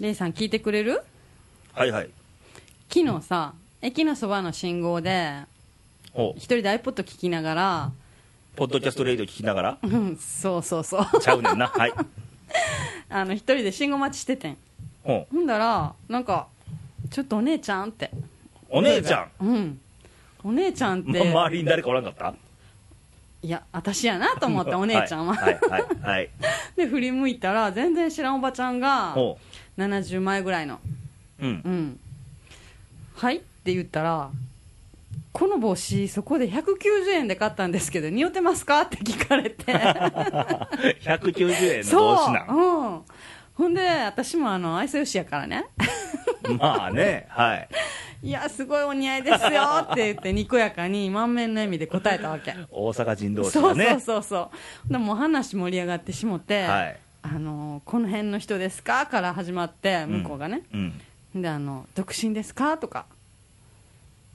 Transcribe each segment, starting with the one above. レイさん聞いてくれるはいはい昨日さ駅のそばの信号でほう一人で iPod 聞きながらポッドキャストレイド聞きな がらうんそうそうそうちゃうねんなはい あの一人で信号待ちしててんほうほんだらなんかちょっとお姉ちゃんって お姉ちゃうんお姉ちゃんっん、て、ま、周りに誰かおらんかったいや私やなと思ってお姉ちゃんは、 はいはいはい、はい、 で振り向いたら全然知らんおばちゃんがほ70前ぐらいのううん うんはいって言ったらこの帽子そこで190円で買ったんですけど似合ってますかって聞かれ て190円のそう帽子なうん、ほんで私もあの愛想よしやからね ん まあねはいいやすごいお似合いですよって言ってにこやかに満面の笑みで答えたわけ、大阪人同士そがうねそうそうそうでもう話盛り上がってしもて、はいあのこの辺の人ですかから始まって向こうがね、うんであの独身ですかとか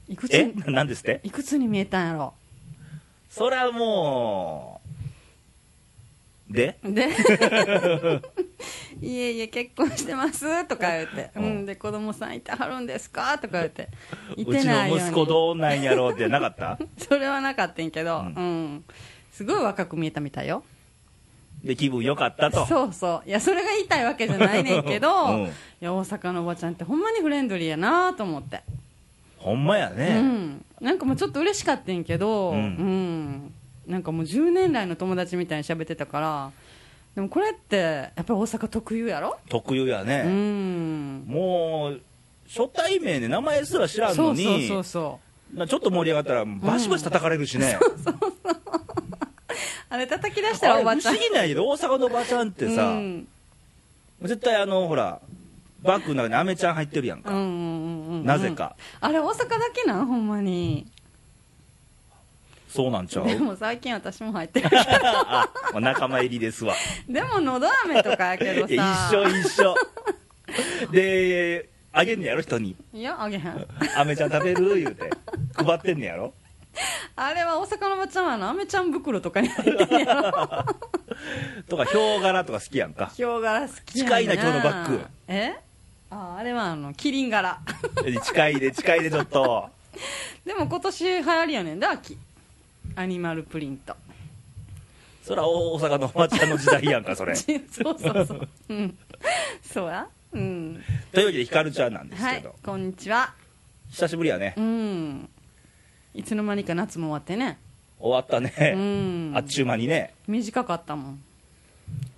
いくつえになんですっていくつに見えたんやろそりゃもうでで いえいえ結婚してますとか言って、ううんん、で子供さんいてはるんですかとか言っていうてちなのいように息子どうなんやろうってなかったそれはなかったんけど、ううんんすごい若く見えたみたいよで気分良かったとそうそういやそれが言いたいわけじゃないねんけど、 うんいや大阪のおばちゃんってほんまにフレンドリーやなと思って、ほんまやうね、ん、なんかもうちょっと嬉しかったんけど、ううんんなんかもう10年来の友達みたいに喋ってたからでもこれってやっぱり大阪特有やろ特有やね、うんもう初対面で名前すら知らんのにそうそうそうそうなちょっと盛り上がったらバシバシ叩かれる しね、あれ叩き出したあられおばち不ゃん思議なんやけど大阪のおばちゃんってさ、うん絶対あのほらバッグの中にアメちゃん入ってるやんうか、んうんうんうんなぜかあれ大阪だけなんほんまにそうなんちゃうでも最近私も入ってる けどあまあ仲間入りですわでものど飴とかやけどいやさ一緒一緒であげんねやろ人にいやあげへんアメちゃん食べる言うて配ってんねやろあれは大阪のおばちゃんはあのアメちゃん袋とかに入ってるやろとかヒョウ柄とか好きやんかヒョウ柄好きや近いな今日のバッグえああれはあのキリン柄 近いで近いでちょっとでも今年流行りやねんだ秋アニマルプリントそら大阪のおばちゃんの時代やんかそ れそうそうそううんそうやうんというわけでひかるちゃんなんですはけいど、こんにちは久しぶりやねうんいつの間にか夏も終わってね終わったうね、んあっちゅう間にね短かったもん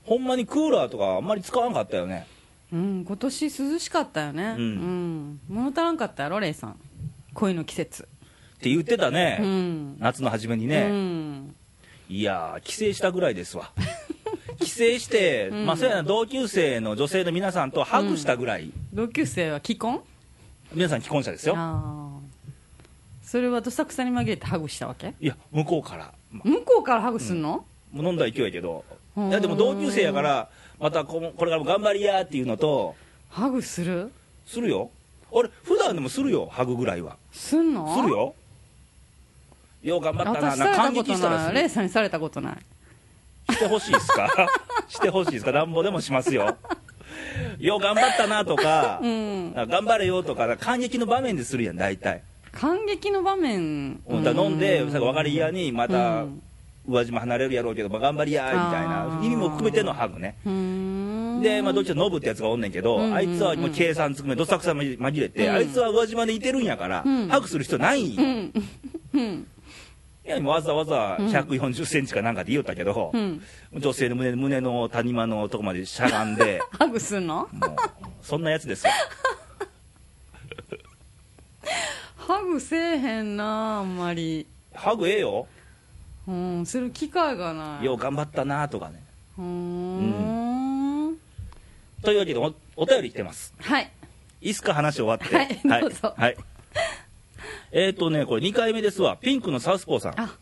ほんまにクーラーとかあんまり使わんかったよねうん今年涼しかったよねううんん、物足らんかったやろレイさん恋の季節って言ってたね、うん夏の初めにうね、んいやー帰省したぐらいですわ帰省して、うんまあそうやな同級生の女性の皆さんとハグしたぐらい、同級生は既婚皆さん既婚者ですよあーそれはどさくさに紛れてハグしたわけいや向こうから、ま向こうからハグすんの、あもう飲んだ勢いやけどうんいやでも同級生やからまたここれからも頑張りやーっていうのとハグするするよ俺普段でもするよハグぐらいはすんのするよよう頑張ったな私さなんれかた感こ激としたらなすいるレイさんにされたことないしてほしいです かしてほしいですかなんぼでもしますよよう頑張ったなとか,、うん頑張れよとか感激の場面でするやん大体、感激の場面ほんとは飲んで最後別れ際にまたうん宇和島離れるやろうけど、まあ、頑張りやみたいあなー意味も含めてのハグねうんで、まあ、どっちかノブってやつがおんねんけど、うんあいつはもう計算つくめどさくさま紛れて、うんあいつは宇和島でいてるんやから、うんハグする人ないんよ、ういんうんやもうわざわざ1 4 0ンチかなんかで言おったけど、うん女性の胸胸の谷間のとこまでしゃがんで ハグすんのもうそんなやつですよハグせえへんなあんまりハグええようんする機会がないよう頑張ったなとかねうーんというわけでおお便り来てますはいいいっすか話終わってはいどうぞはいえっ、ー、とねこれ2回目ですわピンクのサウスポーさんあ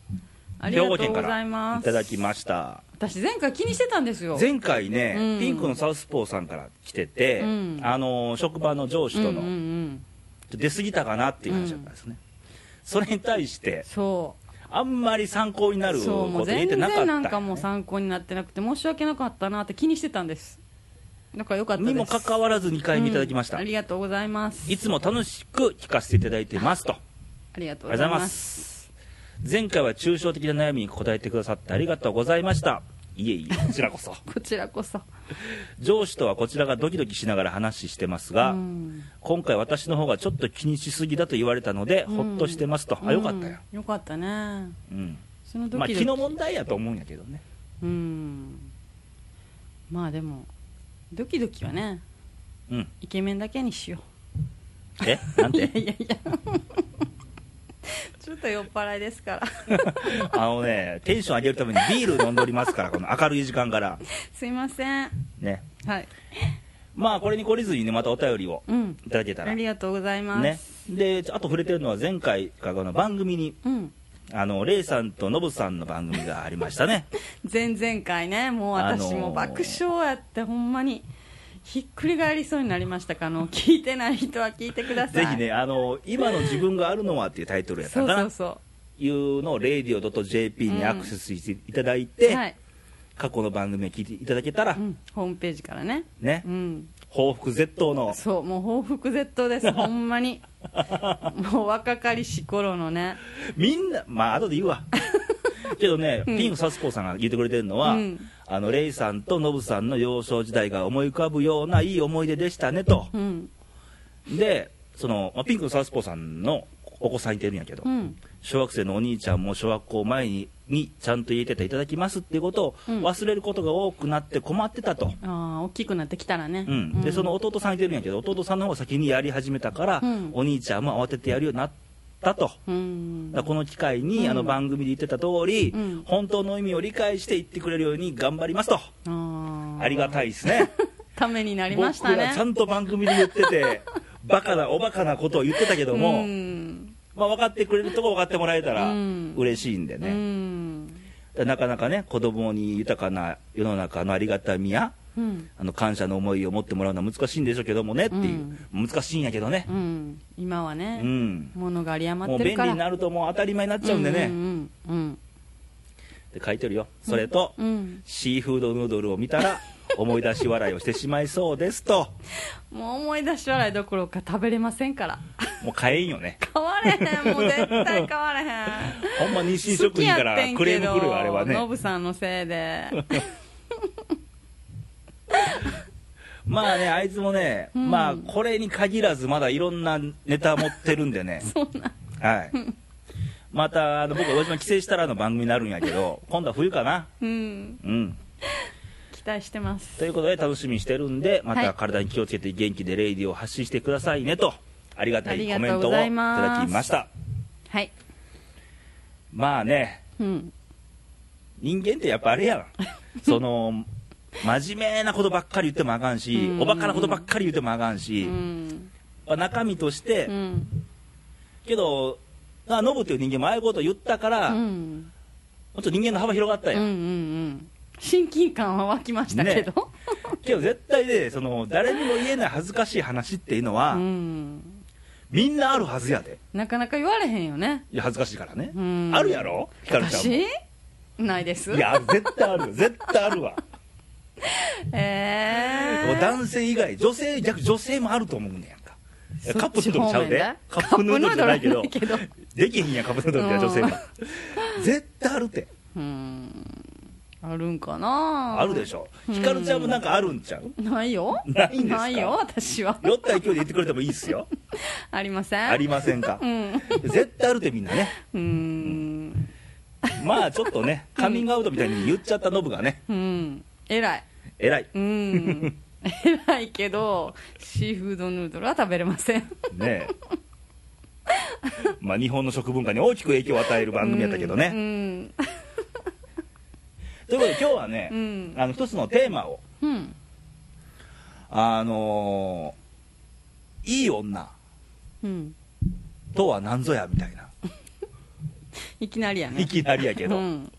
ありがとうごかざらいますいただきました私前回気にしてたんですよ前回ね、うんピンクのサウスポーさんから来てて、うんあのー職場の上司との、うんうんうん、出過ぎたかなっていう話だったんですね、それに対してそあんまり参考になうるこそうもとう言え全てなかった然んやなねんかもう参考になってなくて申し訳なかったなって気にしてたんですなんか良かったですにもかかわらず2回目いただきました、うんありがとうございますいつも楽しく聞かせていただいてますとありがとうございうありがとございまますす前回は抽象的な悩みに答えてくださってありがとうございましたいえいえこちらこそこちらこそ上司とはこちらがドキドキしながら話してますうが、ん今回私の方がちょっと気にしすぎだと言われたので、うんほっとしてますとあよかったよ、うんよかったねうんその時まあ気の問題やと思うんやけどねうんまあでもドキドキはねうんイケメンだけにしよ えなんういやいてやいやちょっと酔っ払いですからあのねテンション上げるためにビール飲んでおりますからこの明るい時間からすいませんねはいまあこれに懲りずにねまたお便りをうんいただけたあらりがとうございます、ねであと触れてるのは前回からこの番組にうんあのレイさんとノブさんの番組がありました ね前々回ねもう私も爆笑やって、ほんまにひっくり返りそうになりましたからあの聞いてない人は聞いてくださぜいひねあの「今の自分があるのは」っていうタイトルやったそかうなそうそ、いうのを radio.jp にアクセスしていただいうて、はい過去の番組を聞いていただけたら、うん、ホームページからねねうん報復絶倒のそうもう報復絶倒です ほんまにもう若かりし頃のねみんなまあ後で言 うわけどね、うんピンクサスコーさんが言ってくれてるのは、うんあのレイさんとノブさんの幼少時代が思い浮かぶようないい思い出でしたねと、うんでその、まあピンクサスコーさんのお子さんいてるんやけど、うん小学生のお兄ちゃんも小学校前ににちゃんと言えてたいただきますっていうことをうん忘れることが多くなって困ってたと、ああ大きくなってきたらね、うん、でその弟さんいてるんやけど弟さんの方が先にやり始めたから、うんお兄ちゃんも慌ててやるようになったと。うんだからこの機会うに、んあの番組で言ってた通り、うん本当の意味を理解して言ってくれるように頑張りますと、あありがたいいです ねためになりまし僕たらねちゃんと番組で言っててバカなおバカなことを言ってたけども、うんまあ、分かってくれるとこ分かってもらえたらうん嬉しいんでね、うんだからなかなかね子供に豊かな世の中のありがたみやうんあの感謝の思いを持ってもらうのは難しいんでしょうけどもねっていう、難しいんやけどねうん今はうね、ん、物が有り余もっうて便るか利らになるともう当たり前になっちゃうんでね、うんうんって書いてるよそれと、うん、うんシーフードヌードルを見たら 思い出し笑いをしてしまいそうですともう思い出し笑いどころか食べれませんからもう買えんよね変われへんもう絶対変われへんほんま日清食品からクレーム来るよあれはノねブさんのせいでまあねあいつもね、うんまあこれに限らずまだいろんなネタ持ってるんでね そんなはいまたあの僕は宇和島帰省したらの番組になるんやけど今度は冬かなうんうん期待してますということで楽しみにしてるんでまはたい体に気をつけて元気でレイディを発信してくださいねとありがたいありコがメとンうトごをいたざいますだきましたはいまあねうん人間ってやっぱあ れやんその真面目なことばっかり言ってもあかんしうんおバカなことばっかり言ってもあかんうし、んまあ中身としうて、んけどまあノブっていう人間もああいうこと言ったから、うもんっと人間の幅広がったうんうやん、ん親近感は湧きましたけど、けど絶対でその誰にも言えない恥ずかしい話っていうのは、うんみんなあるはずやでなかなか言われへんよねいや恥ずかしいからね、うんあるやろひかるちゃんも私ないですいや絶対あるよ絶対あるわえもうー、男性以外女性逆女性もあると思うねやんかいやカップヌードルちゃうでカカッッププヌヌーードドルルじじゃゃなないいけけどどできへんやんカップヌードルってうん女性は絶対あるってうんあるんかなあるでしょひかるちゃんもなんかあるんちゃうないよないんですかないよ私は酔った勢いで言ってくれてもいいっすよありませんありませんかうんう絶対あるってみんなねーんまあちょっとねカミングアウトみたいに言っちゃったノブがねうん偉い偉いうん 偉いけどシーフードヌードルは食べれませんねえまあ日本の食文化に大きく影響を与える番組やったけどうねんということで今日はねうんあの一つのテーマをうんあのーいい女うんとは何ぞやみたいないきなりやねいきなりやけど、うん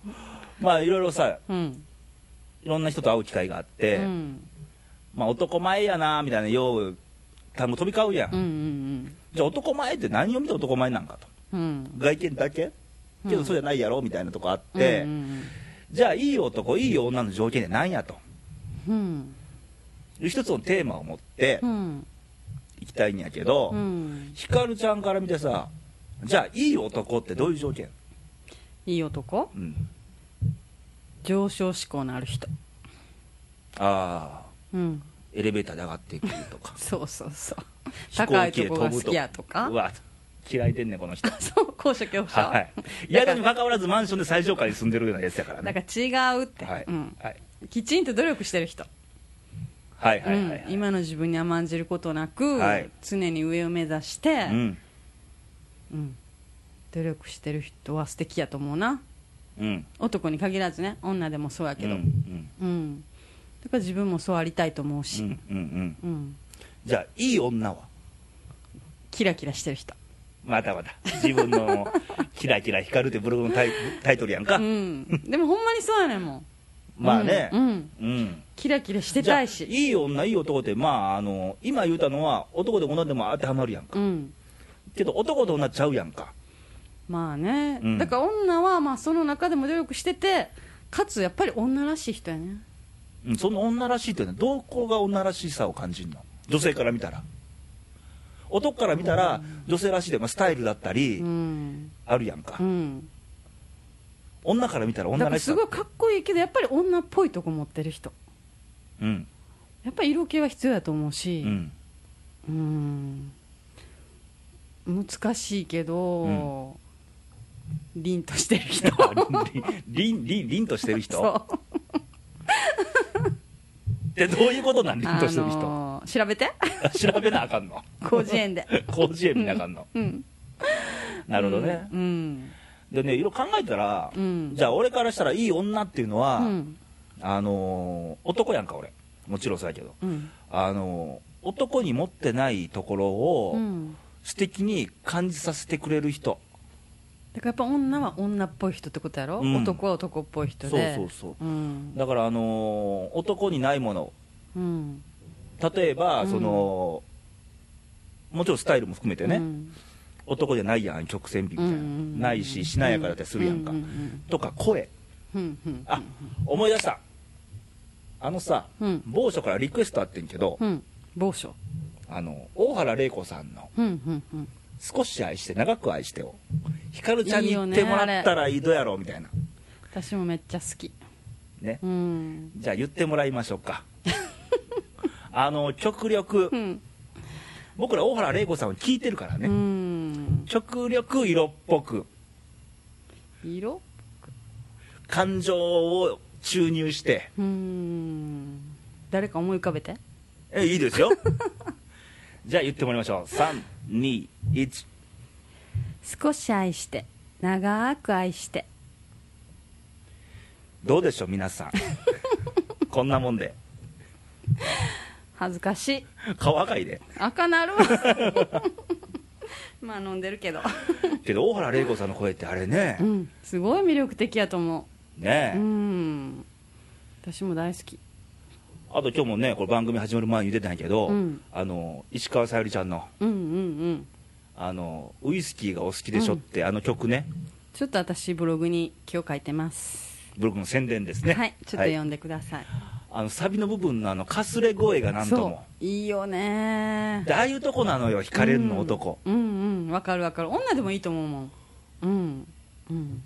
まあいろいろさうんいろんな人と会う機会があって、うんまあ男前やなみたいなよう単語飛び交うやん、うんうんじゃあ男前って何を見て男前なんかとうんうん外見だけうんけどそうじゃないやろみたいなとこあって、うんじゃあいい男いい女の条件って何やとうんうん一つのテーマを持ってうんいきたいんやけど、うんひかるちゃんから見てさじゃあいい男ってどういう条件、いい男うん、上昇志向のある人ああうんエレベーターで上がっていくとかそうそうそう飛 高行い機とでこ飛がぶ好ときやとかうわ嫌いでんねこの人 そう高所恐怖症、はいいやでもかかわらずマンションで最上階に住んでるようなやつやからだねから違うって、はいうん、はいきちんと努力してる人、はいはいはいはうん、い今の自分に甘んじることなく、はい常に上を目指して、うんうん努力してる人は素敵やと思うなうん男に限らずね女でもそうやけどううん、うんんだから自分もそうありたいと思ううし、んうんうんうん、じゃあいい女はキラキラしてる 人またまた自分の「キラキラ光る」ってブログのタイタイトルやんか、うん、でもほんまにそうやねんもんまあねうんうんうんキラキラしてじゃあたいいしい女いい男ってまああの今言うたのは男でも女でも当てはまるやんかうんけど男と女ちゃうやんかまあね、うんだから女はまあその中でも努力しててかつやっぱり女らしい人やねうんその女らしいっていうのはどこが女らしさを感じるの女性から見たら男から見たら女性らしいで、まあ、スタイルだったうりんあるやんか、うん女から見ただから女ららしさすごいかっこいいけどやっぱり女っぽいとこ持ってる人うんやっぱり色気は必要だと思ううし ん うん難しいけど、凛としてる 人りんりんりんとしてる人そうってどういうことなんりんとしてる人、のー調べ て調べなあかんの広辞苑で 広辞苑見なあかんの、うんなるほどね、うんでねいろいろ考えたら、うんじゃあ俺からしたらいい女っていうのうは、んあのー男やんか俺もちろんそうやけどうんあのー男に持ってないところうをん素敵に感じさせてくれる人、だからやっぱ女は女っぽい人ってことやろ、うん男は男っぽい人そうでそうそうううんだからあのー男にないものうん例えば、うんそのもちろんスタイルも含めてね、うん男じゃないやん曲線美みたいな、うんないししなやかだったりするやんか、うんうんとか声うんうんあ思い出したあのさ、うん某所からリクエストあってんけど、うん某所あの大原玲子さんのうんうんうん「少し愛して長く愛して」をひかるちゃんに言ってもらったらいいどやろうみたいな私もめっちゃ好きねうんじゃあ言ってもらいましょうかあの極力うん僕ら大原玲子さんを聞いてるからね、うん極力色っぽく色感情を注入してうん誰か思い浮かべてえいいですよじゃあ言ってもらいましょう321少し愛して長く愛してどうでしょう皆さんこんなもんで恥ずかしい顔赤いで赤なるわまあ飲んでるけどけど大原玲子さんの声ってあれねう、んすごい魅力的やと思ねううえ、ん私も大好きあと今日もねこれ番組始まる前に言ってたんやけど、うんあの石川さゆりちゃんのうんうんうんあの「ウイスキーがお好きでしょ」って、あの曲ねちょっと私ブログに今日書いてますブログの宣伝ですねはいちょっとは読いんでください、あのサビの部分のあのかすれ声がなんともそういいよねでああいうとこなのよ惹かれるの男、うんうんわかるわかる女でもいいと思うもんうんうん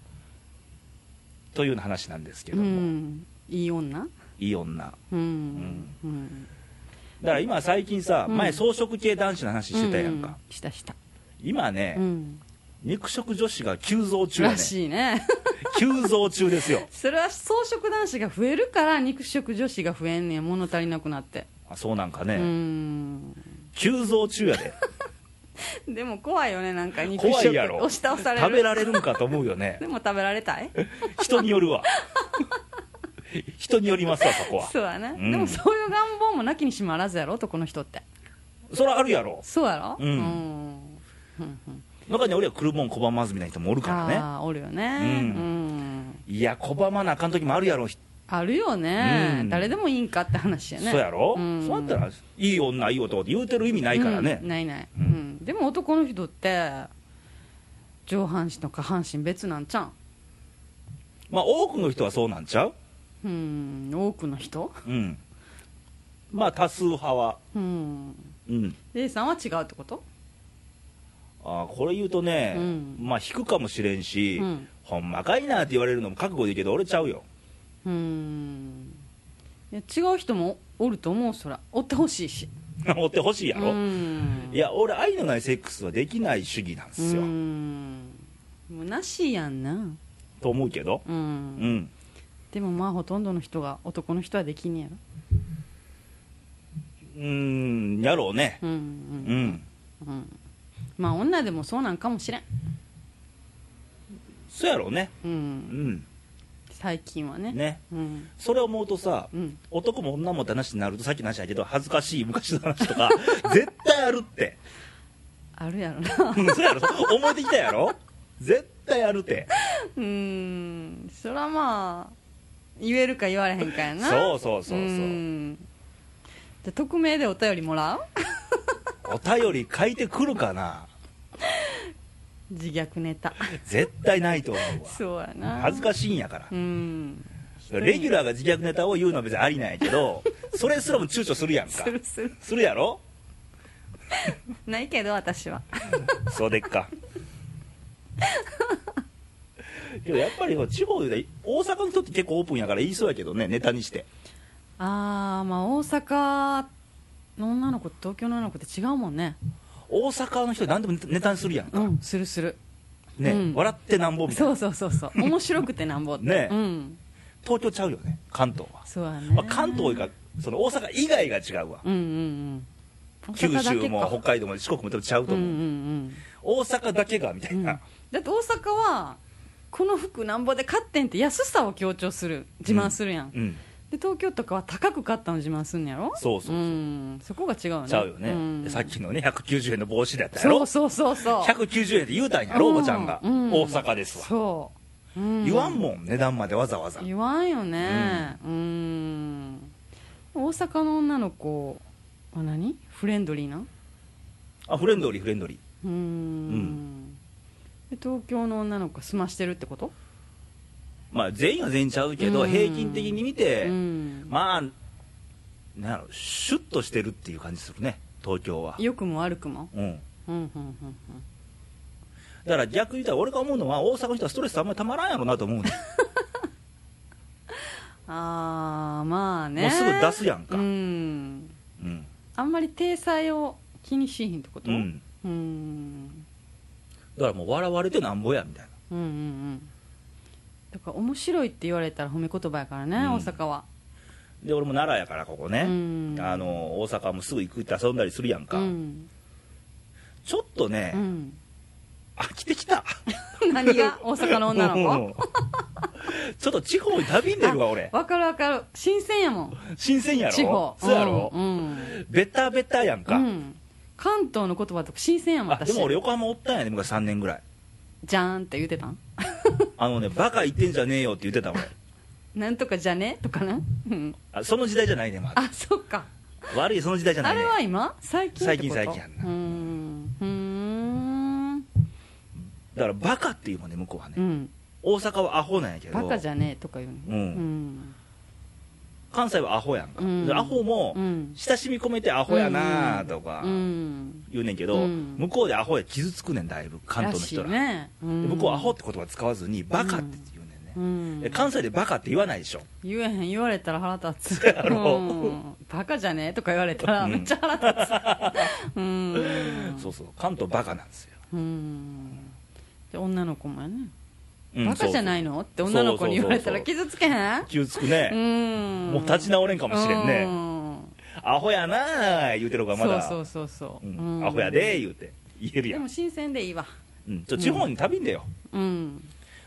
というような話なんですけうども、んいい女いい女うんうん、うん、だから今最近さ、うん前草食系男子の話してたやんか、うしたした、今ね、うん、肉食女子が急増中やらねしいね 急増中ですよそれは草食男子が増えるから肉食女子が増えんねん物足りなくなってあそうなんかね、うん急増中やででも怖いよねなんか肉怖食いやろ押し倒される食べられるんかと思うよねでも食べられたい人によるわ人によりますわそこはそうやね、うんでもそういう願望もなきにしもあらずやろ男の人ってそれはあるやろそうやろうんうんうんうん中には俺は来るもん拒まずみたいな人もおるからねああおるよねうんうんいや拒まなあかん時もあるやろ、あるよね、うん誰でもいいんかって話やねそうやろ、うんそうやったらいい女いい男って言うてる意味ないからねうん、ないない、ううんんでも男の人って上半身と下半身別なんちゃまあ多くの人はそうなんちゃううんうん多くの人うんまあ多数派はうんうんレイさんは違うってことあーこれ言うとね、うんまあ引くかもしれんし、うんほんまかいなって言われるのも覚悟でいいけど俺ちゃうよ うんいや違う人もおると思うそらおってほしいし追ってほしいやろ、うんいや俺愛のないセックスはできない主義なんですよ、うん虚しいやんなと思うけどうん、うんでもまあほとんどの人が男の人はできんねやろうーんやろうねうんうん、うん、うん、まあ女でもそうなんかもしれん、そうやろうねう、うんん最近はねねうんそれ思うとさ、うん男も女もって話になるとさっきの話だけど恥ずかしい昔の話 とか絶対あるってあるやろな うんそうやろ思えてきたやろ絶対あるってうんそらまあ言えるか言われへんかやなそうそうそうそう、んじゃあ匿名でお便りもらうお便り書いてくるかな自虐ネタ絶対ないと思うわそうやな恥ずかしいんやからうんレギュラーが自虐ネタを言うのは別にありなんやけどそれすらも躊躇するやんかするするするやろないけど私はそうでっかけどやっぱり地方で大阪の人って結構オープンやから言いそうやけどねネタにしてああまあ大阪の女の子と東京の女の子って違うもんね大阪の人何でもネタにするやんか、うんするするね、うん笑ってなんぼみたいそなうそうそうそう面白くてなんぼってねえうん東京ちゃうよね関東は、そうやね、まあ、関東以外その大阪以外が違うわうんうんうん九大阪だけ州かも北海道も四国も多分ちゃうとうん思うんう、大阪だけがみたういん、うん、だな、って大阪はこの服なんぼで買ってんって安さを強調する自慢するやん、うんで東京とかは高く買ったの自慢すんのやろそうそうそうんそこが違うよねちゃうよね、んでさっきのね190円の帽子だったやそろうそうそうそう190円って言うたんやろおばちゃんが、うう大阪ですわ、そう、うん言わんもん値段までわざわざ言わんよねうん大阪の女の子は何フレンドリーなあフレンドリーフレンドリーうんで東京の女の子は済ましてるってことまあ全員は全員ちゃうけど、うん平均的に見て、うんまあなんやろシュッとしてるっていう感じするね東京は良くも悪くもうんうんうんうんだから逆に言ったら俺が思うのは大阪の人はストレスあんまりたまらんやろなと思うねうんああま あねもうすぐ出すやんかうんうん、あんまり体裁を気にしひんってことうん、うんだからもう笑われてなんぼやみたいなうんうんうんだから面白いって言われたら褒め言葉やからね、うん大阪はで俺も奈良やからここね、うんあの大阪もすぐ行くって遊んだりするやんか、うん、ちょっとね、うん、飽きてきた何が大阪の女の ちょっと地方に旅に出るわ 俺子わかるわかる新鮮やもん新鮮やろ地方そうやろ、うん、ベタベタやんうか、ん、関東の言葉とか新鮮やもんあ私でも俺横浜おったんやね昔3年ぐらいじゃーんって言ってたん あのねバカ言ってんじゃねえよって言ってた俺なんとかじゃねとかな、うん、あその時代じゃないねまだあそっか悪いその時代じゃなあいねれは今最近ってこと最近最近やんなうんうんだからバカっていうもんね向こうはね、うん大阪はアホなんやけどバカじゃねえとか言うのうん関西はアホやんか、うんでアホもうん親しみ込めてアホやなとかうん言うねんけど、うん向こうでアホや傷つくねんだいぶ関東の人ららしいね、うんで向こうアホって言葉使わずにバカって言うねんね、うんで関西でバカって言わないでしょ言えへん言われたら腹立つそう やろん、バカじゃねえとか言われたらうんめっちゃ腹立つうんそうそう関東バカなんですよ、うんで女の子もやねうんバカじゃないのって女の子に言われたらそうそうそう傷つけへんそう傷つくね、うんもう立ち直れんかかもしれんね、アホやなー言うてる方がまだそうそうそうそう、うんうんアホやでー言うて言えるでやんも、新鮮でいいわうん、ちょ地方に旅んだよ、うん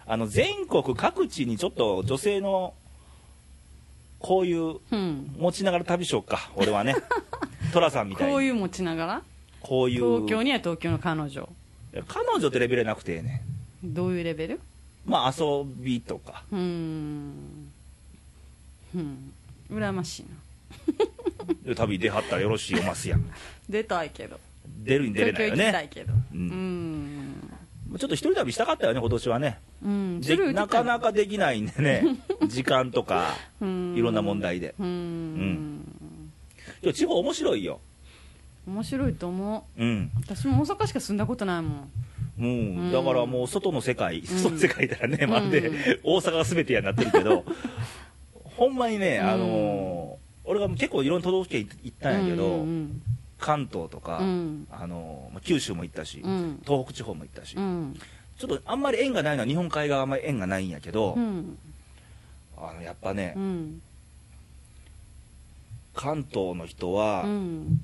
あの全国各地にちょっと女性のこういううん持ちながら旅しようか俺 はね寅さんみたいにこういう持ちながらこういう東京には東京の彼女彼女ってレベルなくてええねどういうレベルんまあ遊びとかうーんうん羨ましいな旅出はったらよろしいおます やん出たいけど出るに出れないよ東京行きたいねけどううんんちょっと一人旅したかったよね今年はねうんでなかなかかできない んでね時間とかいいろんな問題でうん、ん今日地方面白いよ面白いと思ううん私も大阪しか住んだことないもんうん、んだからもう外の世界、外の世界だらね、うんまるで、うん大阪が全てやになってるけ ど、ほんまにね、うんあのー俺が結構いろんな都道府県行ったんやけど、うん関東とか、うんあのーまあ九州も行ったし、うん東北地方も行ったし、うんちょっとあんまり縁がないのは日本海側あんまり縁がないんやけど、うんあのやっぱね、うん関東の人は、うん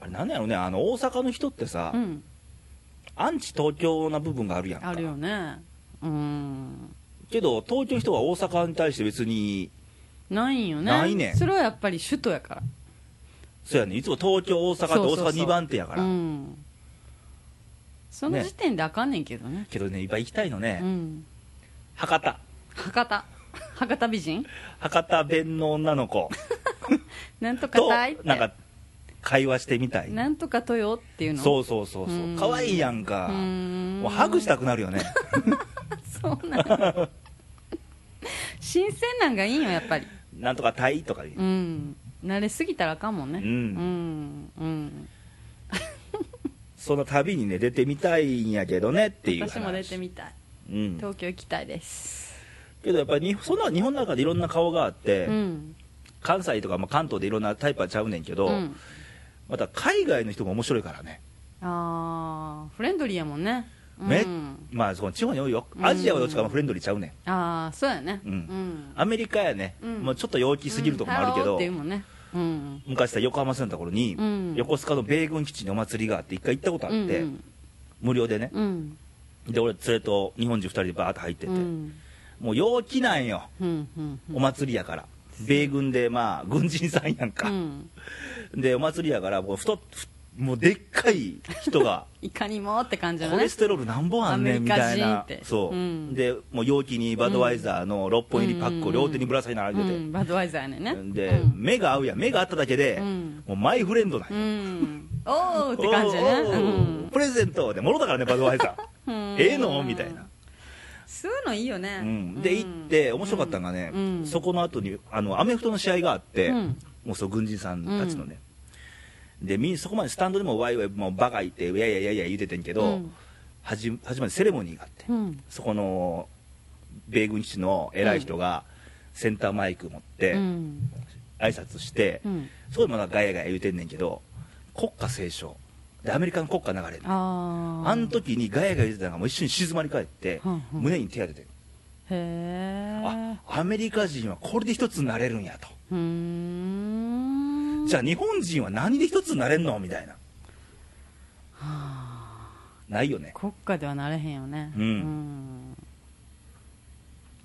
あれなんやろね、あの大阪の人ってさ、うんアンチ東京な部分があるやんか。あるよねうんけど、東京の人は大阪に対して別に、ないんよねないねんそれはやっぱり首都やからそうやね、いつも東京、大阪っそてうそ大うそう阪2番手やから。うんその時点であかんねんけどねけどね、今行きたいのね、うん博多。博多博多美人博多弁の女の子なんとかと、たいってなんか、会話してみたい。なんとかとよっていうのそうそうそうそうう。ん可愛いやんか。うんもうハグしたくなるよね。そうなん や新鮮なんがいいんよやっぱりなんとかタイとか言ううん慣れすぎたらあかんもんねうんうん、うんその旅にね、出てみたいんやけどねっていう話。私も出てみたいうん。東京行きたいです、けどやっぱりに、そんな日本の中でいろんな顔があって、うん関西とか、まあ、関東でいろんなタイプはちゃうねんけど、うんまた海外の人も面白いからね。ああフレンドリーやもんねめうん、まあ、その地方に多いよ。アジアはどっちかもフレンドリーちゃうねん。ああそうやねうんんアメリカやね、うんもうちょっと陽気すぎるとこもあるけうんハローど、っていうもんねうん昔さ横浜住んだ頃に、うん横須賀の米軍基地にお祭りがあって一回行ったことあって、うん無料でねうんで俺連れと日本人2人でバーッと入ってうて、んもう陽気なんようんうんお祭りやから、米軍でまあ軍人さんやんうか、んでお祭りやからもう太っふもうでっかい人がいかにもって 感じコのねレステロールなんぼあんねんみアたメいリカ人なってそう、うんでもう陽気にバドワイザーの6本入りパックを両手にぶら下げながらう出て、ん、バドワイザーやねんねで、うん目が合うやん目が合っただけで、うんもうマイフレンドなんうよ、ん、おーって感じやねおうーおーんプレゼントでもろだからねバドワイザうんーええのみたいな、そういうのいいよね、うん、で行って面白かったのがね、うんそこの後にあのアメフトの試合があって、うんもうそう軍人さんたちのね、でみんそこまでスタンドでもワイワイもうバカいていやいやいやいや言うててんけど、うん始ま始まりセレモニーがあって、うんそこの米軍基地の偉い人がセンターマイク持ってうん挨拶して、うんそこでまだガヤガヤ言うてんねんけど国歌斉唱でアメリカの国歌流れるあああの時にガヤガヤ言ってたのがもう一瞬静まり返って、うんうん胸に手当てて、へえあアメリカ人はこれで一つになれるんやと、うーんじゃあ日本人は何で一つになれんのみたいな、ないよね、国家ではなれへんよねうんん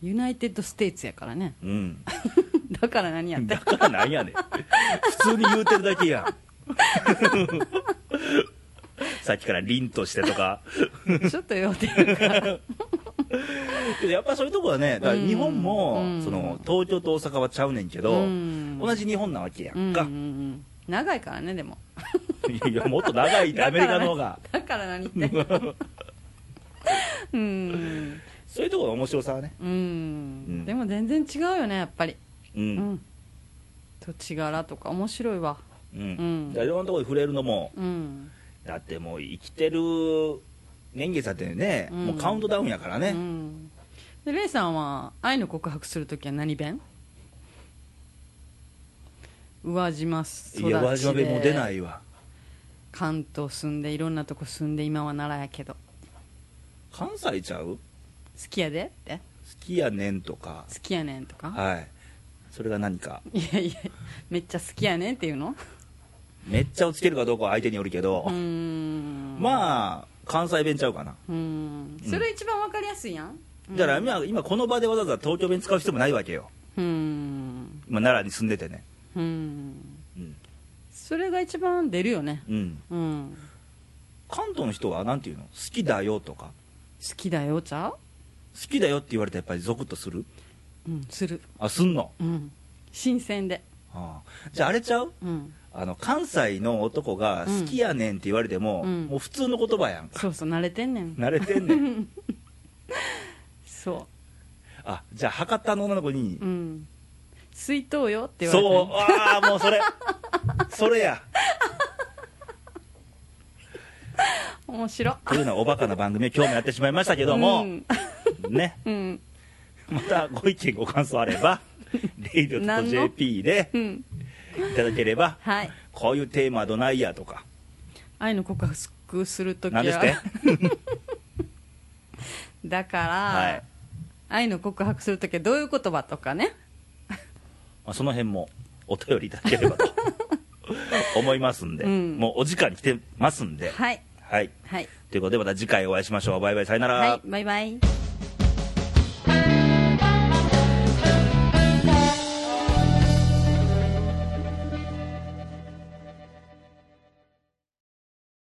ユナイテッド・ステイツやから ねうん、だから何やってだからなんやねん、普通に言うてるだ けやん。さっきから凛として とか、 ちょっとよってるからけどやっぱそういうとこはね、だから日本も、うんその東京と大阪はちゃうねんけど、うん同じ日本なわけやうんんうんうか、ん長いからねでもいやもっと長いって、アメリカの方が。 だから何言ってんの うんそういうところの面白さはね、うん、んでも全然違うよねやっぱりううん、ん、土地柄とか面白いわうん、んだからいろんなところに触れるのも、うんだってもう生きてる年月だってね、うんもうカウントダウンやからうね、んでレイさんは愛の告白するときは何弁宇和島育ちいや、わじわべでもう出ないわ、関東住んでいろんなとこ住んで今は奈良やけど好関西ちゃう好きやでってきやねんとか、好きやねんとかはい、それが何か、いやいやめっちゃ好きやねんっていうのめっちゃをつけるかどうかは相手によるけど、うーんまあ、関西弁ちゃうかな。うんそれ一番わかりやすいやんだから今今この場でわざわざ東京弁使う必要もないわけよ、うん今奈良に住んでてね、うんうんそれが一番出るよねうん、うん関東の人はなんていうの、好きだよとか、好きだよちゃう好きだよって言われたらやっぱりゾクッとするうんするあすんの、うん新鮮でああじゃああれちゃううんあの関西の男がうん好きやねんって言われても、うんもう普通の言葉やんかそうそう慣れてんねん慣れてんねんそあじゃあ博多の女の子にううん水筒よって言われてそうああもうそれそれや面白というようなおバカな番組を今日もやってしまいましたけども、うんねうんまたご意見ご感想あれば radio.jp でうんいただければはいこういうテーマどないやとか愛の告白するとき何ですっはてだから、はい愛の告白するときはどういう言葉とかねまあ、その辺もお便りいただ ければと思いますんで、うんもうお時間に来てますんで、はいはい、はいということでまた次回お会いしましょうバイバイさよなら、はいバイバイ